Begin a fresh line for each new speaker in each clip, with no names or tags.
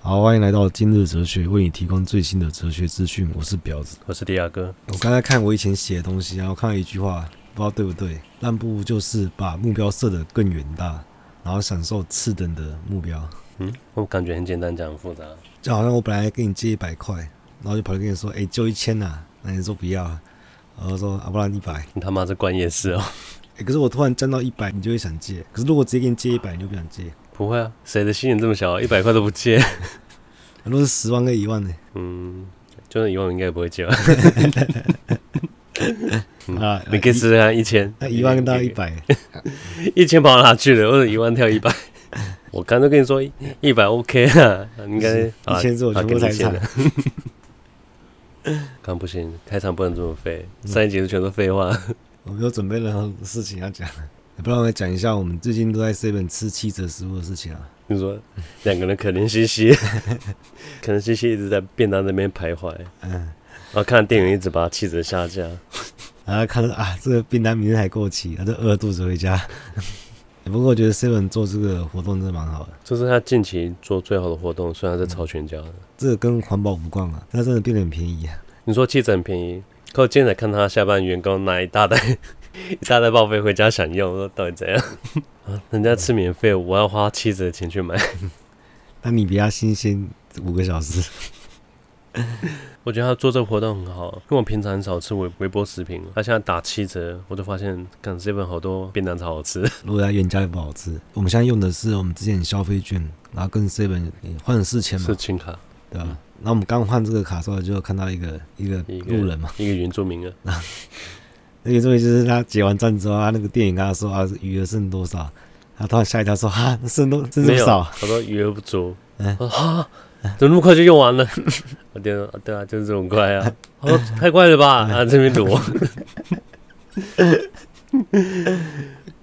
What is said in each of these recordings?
好，欢迎来到今日哲学，为你提供最新的哲学资讯。我是表子。
我是迪亚哥，
我刚才看我以前写的东西，然后看到一句话，不知道对不对，让步就是把目标设得更远大，然后享受次等的目标。
嗯，我感觉很简单，讲很复杂。
就好像我本来跟你借一百块，然后就跑来跟你说，哎、就一千呐、那你说不要啊，然后说啊，不然一百、
你他妈是逛夜市哦？
哎，可是我突然降到一百，你就会想借。可是如果直接给你借一百，你就 不想借。
不会啊，谁的心眼这么小、一百块都 不借？
如果是十万跟一万呢？
嗯，就算一万我应该也不会 借吧？
啊，
你可以试试看一千，
那一万到一，百，
一千跑哪去了？或者一万跳 一百？我刚才跟你说一百 OK 啊，应该
一千是我全部财产。。
刚不行，开场不能这么废，
嗯
上一集全都 废话。
我没有准备任何事情要讲，不然我来讲一下我们最近都在 seven 吃七折食物的事情啊。
你说两个人可怜 兮兮，可怜兮兮一直在便当那边徘徊，
嗯，
然后看店员一直把气质下架。
然后看到啊，这个订单明天才过期，然后就饿肚子回家。不过我觉得 seven 做这个活动真的蛮好的，
这是他近期做最好的活动，虽然是超全家的。
这个跟环保无关啊，它真的变得很便宜啊。
你说气质很便宜，可我今天才看他下班员工拿一大袋 一大袋报废回家享用，我说到底怎样？ 啊，人家吃免费，我要花妻子的钱去买。
那你比它新鲜五个小时，
我觉得他做这个活动很好，因为我平常很少吃微微波食品，他现在打七折，我就发现，干这份好多便当超好吃。
如果它原价也不好吃。我们现在用的是我们之前消费券，然后跟 seven 换了四千嘛
是，青卡，
对吧、然后我们刚换这个卡的时候，就看到一个一个
一个
路人嘛，
一个原住民啊，
那个重点就是他结完账之后，他那个店员跟他说啊，余额剩多少？他突然吓一跳说哈，剩多剩
没
多
有，
少？
他说余额不足。
嗯
我说哈，怎么那么快就用完了？ 我点啊对啊，就是这种快啊。他说太快了吧？啊，这边 躲。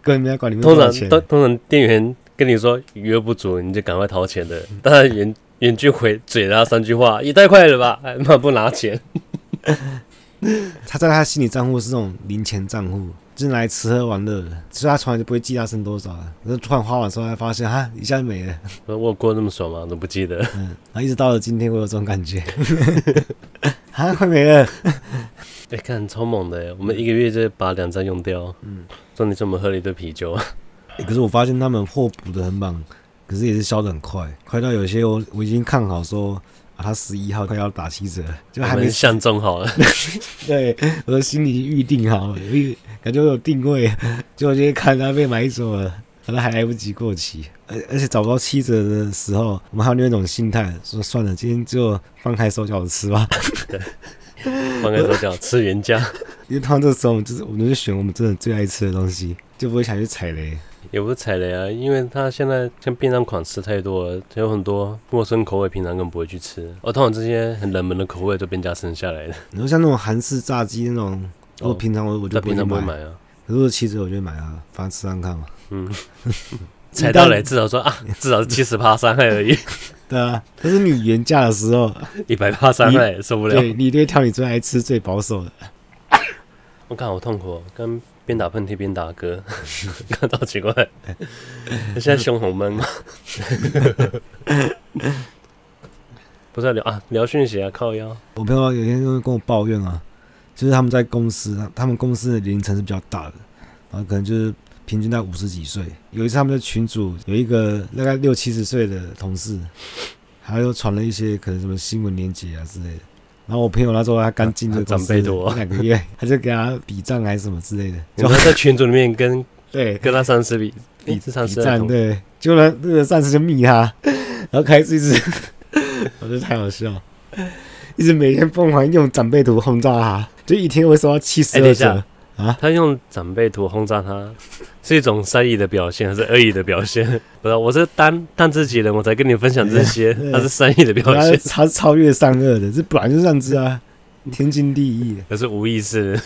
根本没有管里面多
通
少
常
钱。
通通常店员跟你说余额不足，你就赶快掏钱的。但他原原句回嘴了他三句话，也太快了吧？哎妈不拿钱，
他在他心理账户是那种零钱账户，就是拿来吃喝玩乐的，所以他从来就不会记他剩多少啊。然后突然花完之后，才发现哈，一下就没了。
我说我有过那么爽吗？我都不记得。
嗯，然后一直到了今天，我有这种感觉， 哈，快没了。
哎、看超猛的耶，我们一个月就把两张用掉。嗯，重点是我们喝了一堆啤酒，
欸可是我发现他们货补的很满，可是也是销的很快，快到有些我我已经看好说啊，他十一号快要打七折了，就
我
还没
们相中好 了。
对，我的心里预定好了，预感觉我有定位，结果今天看他被买走了，可能还来不及过期，而而且找不到七折的时候，我们还有另一种心态，说算了，今天就放开手脚吃吧。
放开手脚吃原价，
因为通常这时候我们就是我们就选我们真的最爱吃的东西，就不会想去踩雷。
也不是踩雷啊，因为他现在像便当款吃太多了，有很多陌生口味，平常根本不会去吃。而、哦、通常这些很冷门的口味都被人家剩下来了，
你说像那种韩式炸鸡那种，我
哦
平常我我就
他
不会
平
去
常不会
买，
买啊。
如果七折我就会买啊，反正吃看看嘛。
嗯， 踩到雷至少说啊，至少是七十趴伤害而已，
对啊，可是你原价的时候，
一百趴伤害也受不了。
对你一定会挑你最爱吃、最保守的。
我看好痛苦、哦，刚边打喷嚏边打 嗝，看到奇怪。现在胸 很闷吗？不是啊聊啊聊讯息啊，靠腰。
我朋友有一天就会跟我抱怨啊，就是他们在公司，他们公司的年龄层是比较大的，然后可能就是平均在五十几岁。有一次他们的群组有一个大概六七十岁的同事，还有传了一些可能什么新闻链接啊之类的。然后我朋友那时候他刚进这个公司
长辈多嗯
两个月，他就给他比账还是什么之类的，
你
就
们在群组里面跟
对
跟他上司比，
比
是上
比
司还是
赞
同
对，结果呢那个上司就密他， 然后开始一直， 我觉得太好笑了，一直每天疯狂用长辈图轰炸他，就一天会收到七十
哎等
二
一下
折，
他用长辈图轰炸他，是一种善意的表现，还是恶意的表现？ 不知道，我是当当自己人，我才跟你分享这些，
对
他是善意的表
他
现，
他超越善恶的，这本来就这样子啊，天经地义的。啊
可是无意识的。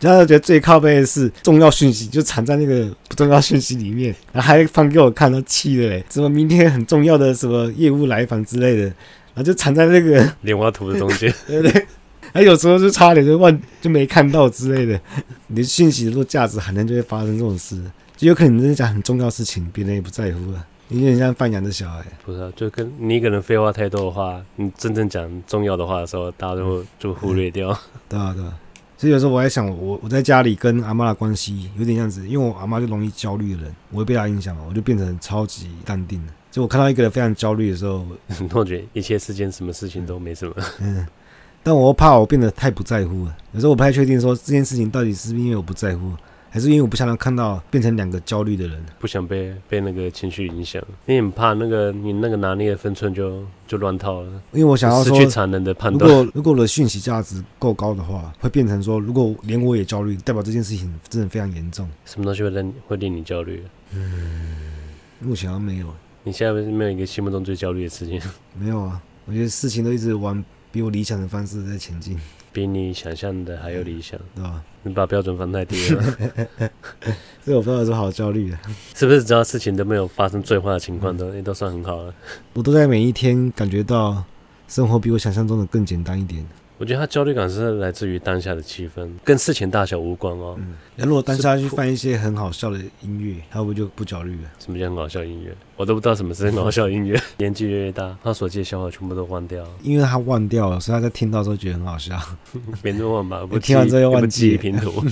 然后他觉得最靠背的是重要讯息就藏在那个不重要讯息里面，然后还放给我看，都气的嘞，什么明天很重要的什么业务来访之类的，然后就藏在那个。
莲花图的中 间，
对不对？还有时候就差点就忘就没看到之类的，你的讯息的价值含量就会发生这种事，就有可能你在讲很重要的事情，别人也不在乎了。有点像放养的小孩。
不是、啊，就跟你一个人废话太多的话，你真正讲重要的话的时候，大家就会
嗯
就忽略掉。
对啊，对啊。所以有时候我在想，我我在家里跟阿妈的关系有点这样子，因为我阿妈就容易焦虑的人，我会被她影响嘛，我就变成超级淡定了。就我看到一个人非常焦虑的时候，
你都觉得一切世间什么事情都没什么。
嗯，但我又怕我变得太不在乎了。有时候我不太确定说这件事情到底是不是因为我不在乎，还是因为我不想让看到变成两个焦虑的人。
不想被被那个情绪影响，因为你怕那个你那个拿捏的分寸就就乱套了，
因为我想要
失
说，
去常人的判
如
断。
果如果我的讯息价值够高的话，会变成说，如果连我也焦虑，代表这件事情真的非常严重。
什么东西会令会令你焦虑？
目前还没有，
你现在没有一个心目中最焦虑的事情，
没有啊。我觉得事情都一直往比我理想的方式在前进，
比你想象的还有理想。
对吧？
你把标准放太低了，
所以我朋友说好焦虑啊，
是不是？只要事情都没有发生最坏的情况，都也都算很好了。
我都在每一天感觉到生活比我想象中的更简单一点。
我觉得他焦虑感是来自于当下的气氛，跟事情大小无关哦。
嗯，那如果当下去放一些很好笑的音乐，他会不会就不焦虑了？
什么叫很搞笑音乐？我都不知道什么是很搞笑音乐。 年纪越来越大，他所记的笑话全部都忘掉，
因为他忘掉了，所以他在听到的时候觉得很好笑。
别这么忘吧，我不
听完之后又忘
不记
记
忆
了
拼图。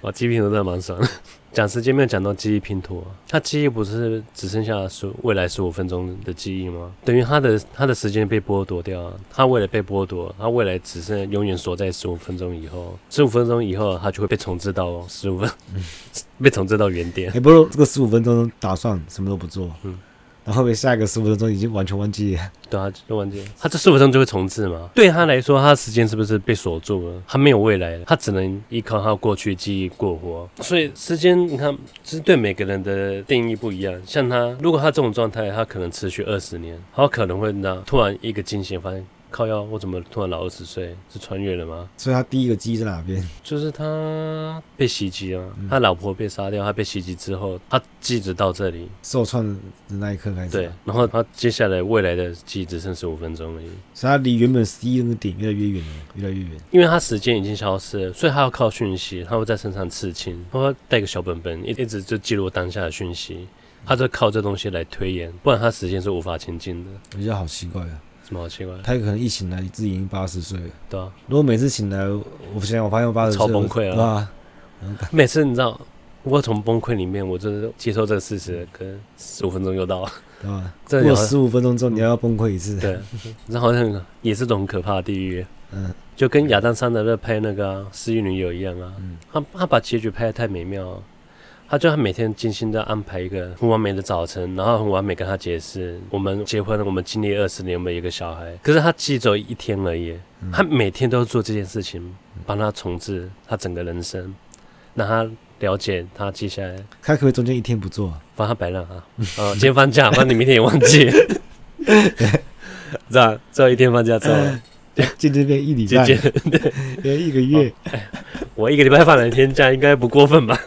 哇，记忆拼图真的蛮爽的。讲时间没有讲到记忆拼图啊，他记忆不是只剩下十未来十五分钟的记忆吗？等于他的他的时间被剥夺掉啊，他未来被剥夺，他未来只剩永远锁在十五分钟以后，十五分钟以后他就会被重置到十五分， 被重置到原点
哎、。不过这个十五分钟打算什么都不做，
嗯
嗯，然后会不会下一个十五分钟已经完全忘记了？
对啊，就完结。他这十五分钟就会重置嘛？对他来说，他的时间是不是被锁住了？他没有未来了，他只能依靠他过去记忆过活。所以时间，你看，是对每个人的定义不一样。像他，如果他这种状态，他可能持续二十年，他可能会呢，突然一个惊醒，发现靠腰，我怎么突然老二十岁？是穿越了吗？
所以他第一个记忆在哪边？
就是他被袭击了嘛，
嗯
他老婆被杀掉，他被袭击之后，他记着到这里，
受创的那一刻开始。
对，，然后他接下来未来的记忆只剩十五分钟而已。
所以他离原本十一那个点越来越远了，越来越远。
因为他时间已经消失了，所以他要靠讯息，他会在身上刺青，他会带个小本本，一一直就记录当下的讯息，他就靠这东西来推演，不然他时间是无法前进的。
我觉得好奇怪啊，
什么好奇怪的？
他有可能一醒来自己已经八十岁了。
对啊，
如果每次醒来，我现在我发现我八十岁，
超崩溃啊
对啊，
每次你知道，我从崩溃里面，我就是接受这个事实，可能十五分钟又到了，
对吧？
这
过
好像
十五分钟之后，你要崩溃一次。
对，这好像也是种很可怕的地狱。
嗯，
就跟亚当·桑德勒拍那个、啊《失忆女友》一样啊，
嗯
他他把结局拍的太美妙了，他就他每天精心的安排一个很完美的早晨，然后很完美跟他解释，我们结婚了，我们经历二十年，我们有一个小孩，可是他记走一天而已，
嗯
他每天都做这件事情，帮他重置他整个人生，让他了解他接下来，
他可不可以中间一天不做啊？
帮他摆烂啊，呃，今天放假，反正你明天也 忘记， 这样最后一天放假之后，
渐渐变一礼
姐
拜，
姐。
变一个月，
我一个礼拜放两天假，应该不过分 吧？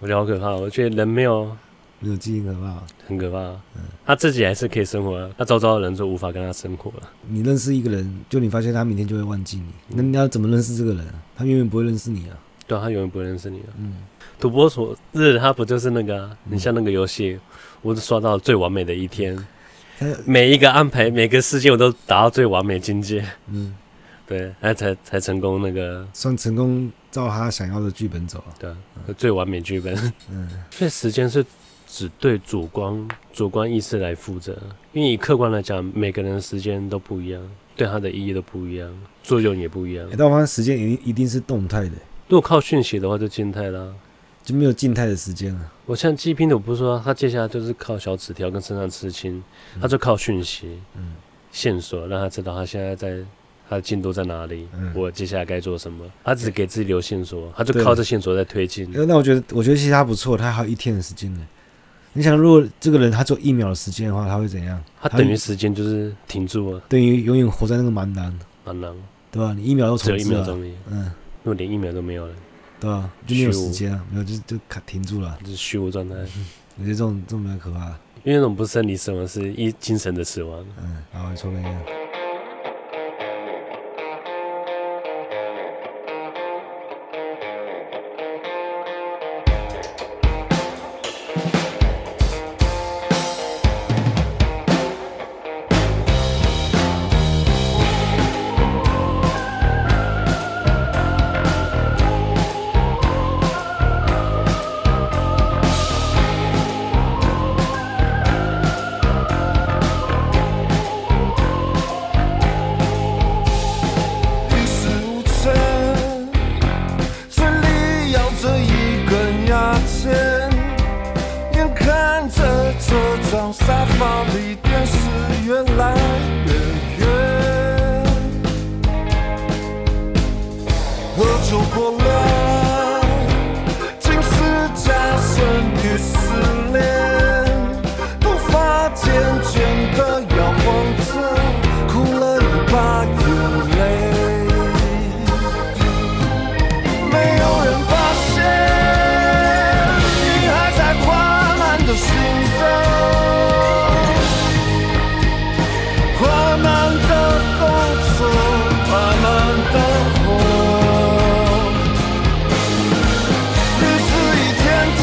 我觉得好可怕，我觉得人没有
没有记忆可怕。
很可怕，他自己还是可以生活的，啊他周遭的人就无法跟他生活了。
你认识一个人，就你发现他明天就会忘记你，
嗯
那你要怎么认识这个人啊？他永远不会认识你啊。
对啊，他永远不会认识你了。
嗯，
土拨鼠日，他不就是那个、啊？
嗯
你像那个游戏，我只刷到最完美的一天，
他
每一个安排，每个事件我都达到最完美境界，
嗯，
对，然后才才成功那个
算成功照他想要的剧本走了。
对啊最完美剧本。
嗯，
所以时间是只对主观主观意识来负责，因为以客观来讲，每个人的时间都不一样，对它的意义都不一样，作用也不一样
欸、。但我发现时间一定一定是动态的，
如果靠讯息的话，就静态啦。
就没有静态的时间啊了。
我像基拼图不是说他接下来就是靠小纸条跟身上刺青，他就靠讯息
嗯
线索让他知道他现在在他的进度在哪里，
嗯，
我接下来该做什么。他只给自己留线索，他就
对
靠这线索在推进。
欸那我觉得我觉得其实他不错，他还有一天的时间呢。你想，如果这个人他只有一秒的时间的话，他会怎样？
他等于时间就是停住了，
等于永远活在那个茫然，
蛮难，
对吧？你一秒都
只有
重
一
置
秒
了，
钟而已，
嗯，
如果连一秒都没有了。
对吧？就没有
虚无
时间啊，没有就就卡停住了。
就是虚无状态，
我觉得这种这种比较可怕。
因为那种不是生理死亡，是一精神的啊死亡。
嗯，好，抽根烟。
Thank 想沙发离电视越来越远，喝酒过量，近视加深与失恋，头发渐渐的摇晃着，哭了一把眼泪。没有人发现，你还在缓慢的行走，缓慢的动作，缓慢的活，日子一天天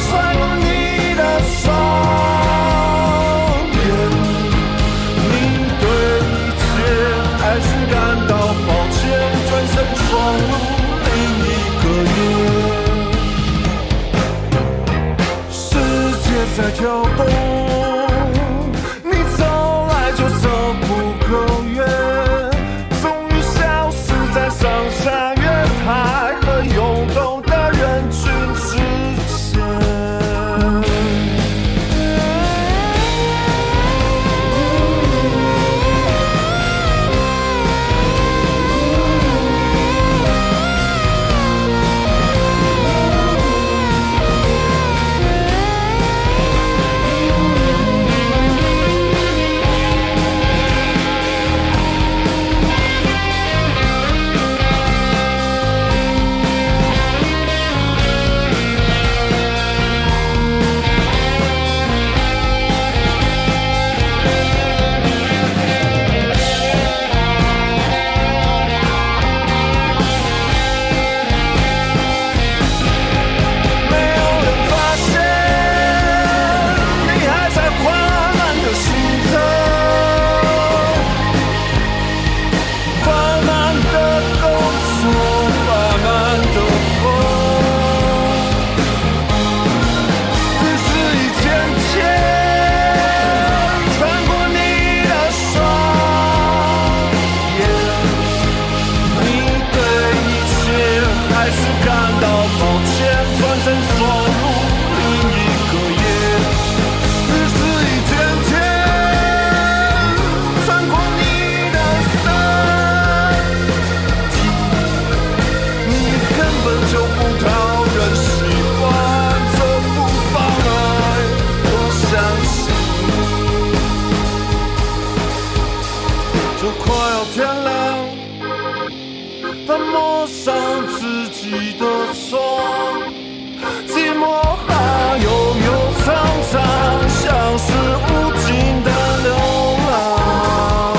穿过你的双眼。你对一切还是感到抱歉，转身闯入另一个夜。世界在跳动，你从来就走不够远，终于消失在上下月台和涌动的人群之间。没有人发现，你还在缓慢的行走，缓慢的动作，缓慢的活，日子一天天穿过你的双眼。你对一切还是感到抱歉，转身闯入另一个夜。日子一天天穿过你的身体，你根本就不讨人喜欢，从不妨碍我相信。就快要天亮。他抹上自己的双，寂寞还悠悠长长，像是无尽的流浪。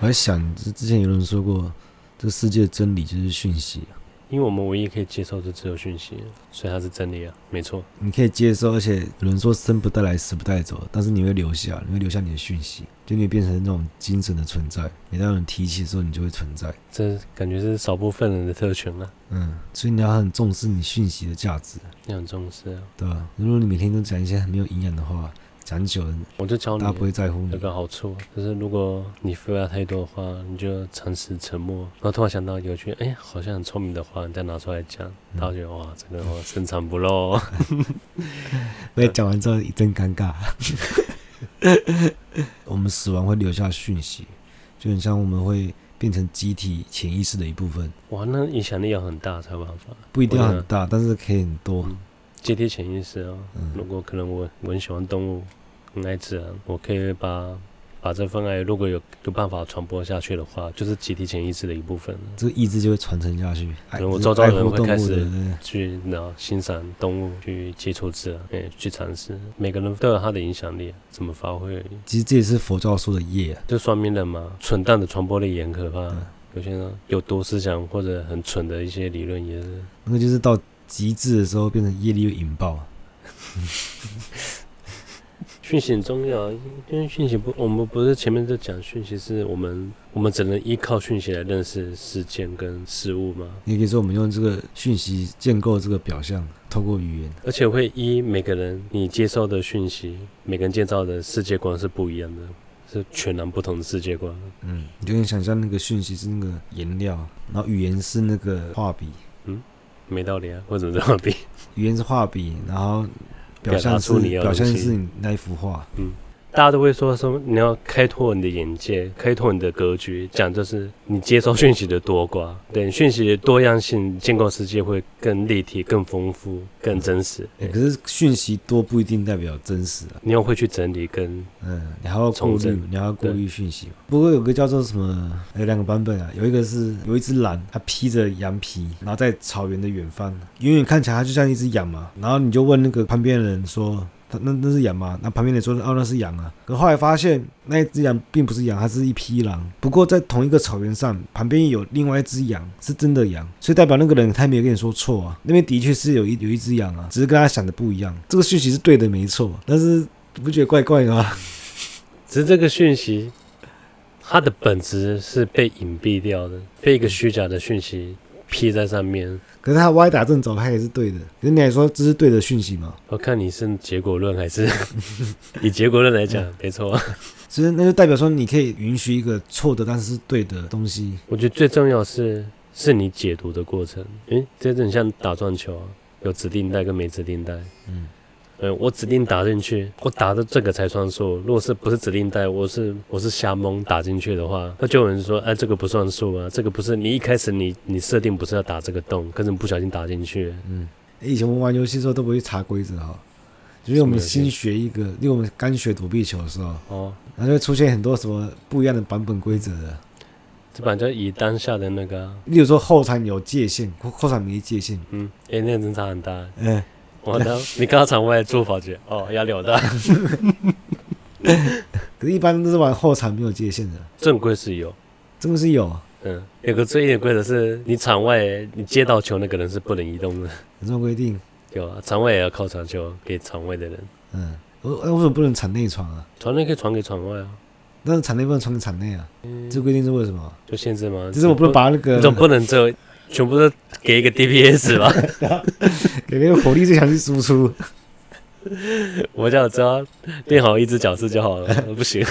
我在想，之之前有人说过，这世界的真理就是讯息，啊
因为我们唯一可以接受的只有讯息，所以它是真理啊，没错。
你可以接受，而且有人说生不带来，死不带走，但是你会留下，你会留下你的讯息，就你会变成那种精神的存在。每当有人提起的时候，你就会存在。
这感觉是少部分人的特权啊，
嗯，所以你要很重视你讯息的价值，
你很重视啊。
对吧？如果你每天都讲一些很没有营养的话，讲久了
我就教
大家
你
不会在乎
有
你。
个好处，就是如果你废话太多的话，你就常时沉默，然后突然想到有句哎、好像很聪明的话，你再拿出来讲，大家觉得哇，这个话深藏不露。
被讲完之后一阵尴尬。 我们死亡会留下讯息，就很像我们会变成集体潜意识的一部分，
哇，那影响力要很大才有办法。
不一定要
我
很
的
大，但是可以很多。
嗯阶梯潜意识啊，如
嗯，
果可能我我很喜欢动物，很爱自然，我可以把把这份爱，如果有有办法传播下去的话，就是集体潜意识的一部分了。
这个意志就会传承下去。爱
可嗯能我
就是
周遭
爱
的人
护
会
动
开
物
始
的人，
去然后欣赏动物，去接触自然，哎、去尝试，每个人都有他的影响力，怎么发挥而已。
其实这也是佛教说的业啊。
就双面人嘛，蠢蛋的传播力也很可怕
对。
有些人有毒思想或者很蠢的一些理论也是，
那就是啊到极致的时候变成业力又引爆，
讯息很重要，因为讯息不，我们不是前面在讲讯息，是我们我们只能依靠讯息来认识事件跟事物吗？
也可以说我们用这个讯息建构这个表象，透过语言。
而且会依每个人你接受的讯息，每个人接受的世界观是不一样的，是全然不同的世界观。
嗯，你就能想象那个讯息是那个颜料，然后语言是那个画笔，
没道理啊，为什么这么比？
语言是画笔，然后表
表达
象是
出你要的
表象
东西
是你那一幅画。
大家都会说说你要开拓你的眼界，开拓你的格局，讲就是你接收讯息的多寡，对讯息的多样性，建构世界会更立体、更丰富、更真实。
欸可是讯息多不一定代表真实啊。
你要会去整理跟
嗯，你还要顾
重
虑
整，
你还要顾
对
虑讯息。不过有个叫做什么，有两个版本啊，有一个是有一只狼，它披着羊皮，然后在草原的远方，远远看起来它就像一只羊嘛。然后你就问那个旁边的人说。他那那是羊吗？那旁边的人说哦那是羊啊，可后来发现那一只羊并不是羊，它是一匹狼。不过在同一个草原上，旁边有另外一只羊，是真的羊，所以代表那个人他也没有跟你说错啊。那边的确是有一有一只羊啊，只是跟他想的不一样。这个讯息是对的没错，但是你不觉得怪怪的吗？
只是这个讯息，它的本质是被隐蔽掉的，被一个虚假的讯息披在上面。
可是他歪打正着，他也是对的。可是你还说这是对的讯息吗？
我看你是结果论还是 以结果论来讲，没错。
其实那就代表说，你可以允许一个错的，但是是对的东西。
我觉得最重要是是你解读的过程。诶，这就很像打撞球、啊，有指定带跟没指定带。
嗯，
呃，我指定打进去，我打的这个才算数。如果是不是指定带，我是我是瞎蒙打进去的话，那就有人说，哎、这个不算数啊，这个不是你一开始你你设定不是要打这个洞，可是你不小心打进去了。
以前我们玩游戏的时候都不会查规则哈，就是我们
什么游戏
新学一个，因为我们刚学躲避球的时候，
哦，
然后就会出现很多什么不一样的版本规则的。
这本来就以当下的那个啊、
例如说后场有界限，后后场没界限。
嗯，诶，那真差很大。
嗯、
我 呢，你刚刚场外做法决，哦，压力好大。
可是一般都是玩后场没有界限的，
正规是有，
真的是有啊
嗯，有个最严规则是，你场外你接到球那个人是不能移动的，
有这种规定。
有啊，场外也要靠传球给场外的人，
嗯，我我为什么不能场内传啊？
传内可以传给场外啊，
但是场内不能传给场内啊？这规定是为什么？
就限制吗？
就是我不能把那个
你总不能只有全部都给一个 DPS 吧？
给那个火力最强去输出。
我叫只要练好一只角色就好了， 不行，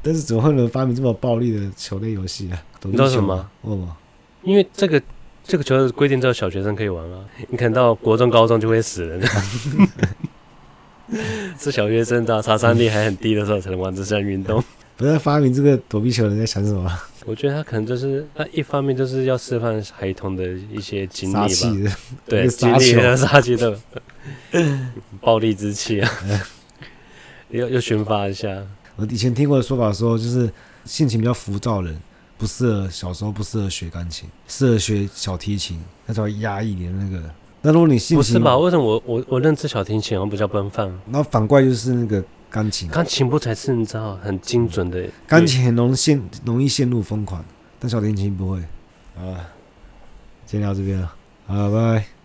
但是怎么会有人发明这么暴力的球类游戏啊？懂
你知道什么吗？
问我
因为这个这个球的规定只有小学生可以玩啊，你可能到国中、高中就会死 人了。 是小学生到杀伤力还很低的时候才能玩这项运动。
不是发明这个躲避球的人在想什 么？
我觉得他可能就是他一方面就是要示范孩童的一些经历
杀气
吧，
的，一
对，
个
经
杀
历
球
的杀气的 暴力之气啊， 要要宣发一下。
我以前听过的说法说，就是性情比较浮躁的人，不适合小时候不适合学钢琴，适合学小提琴，那才会压抑你的那个。那如果你性
不
情
是吧？为什么我我我认知小提琴好像比较奔放，
然后反过来就是那个钢琴，啊
钢琴不才是你知道很精准的
钢琴很容易陷容易陷入疯狂，但小提琴不会。啊，今天聊这边了，好了，拜拜。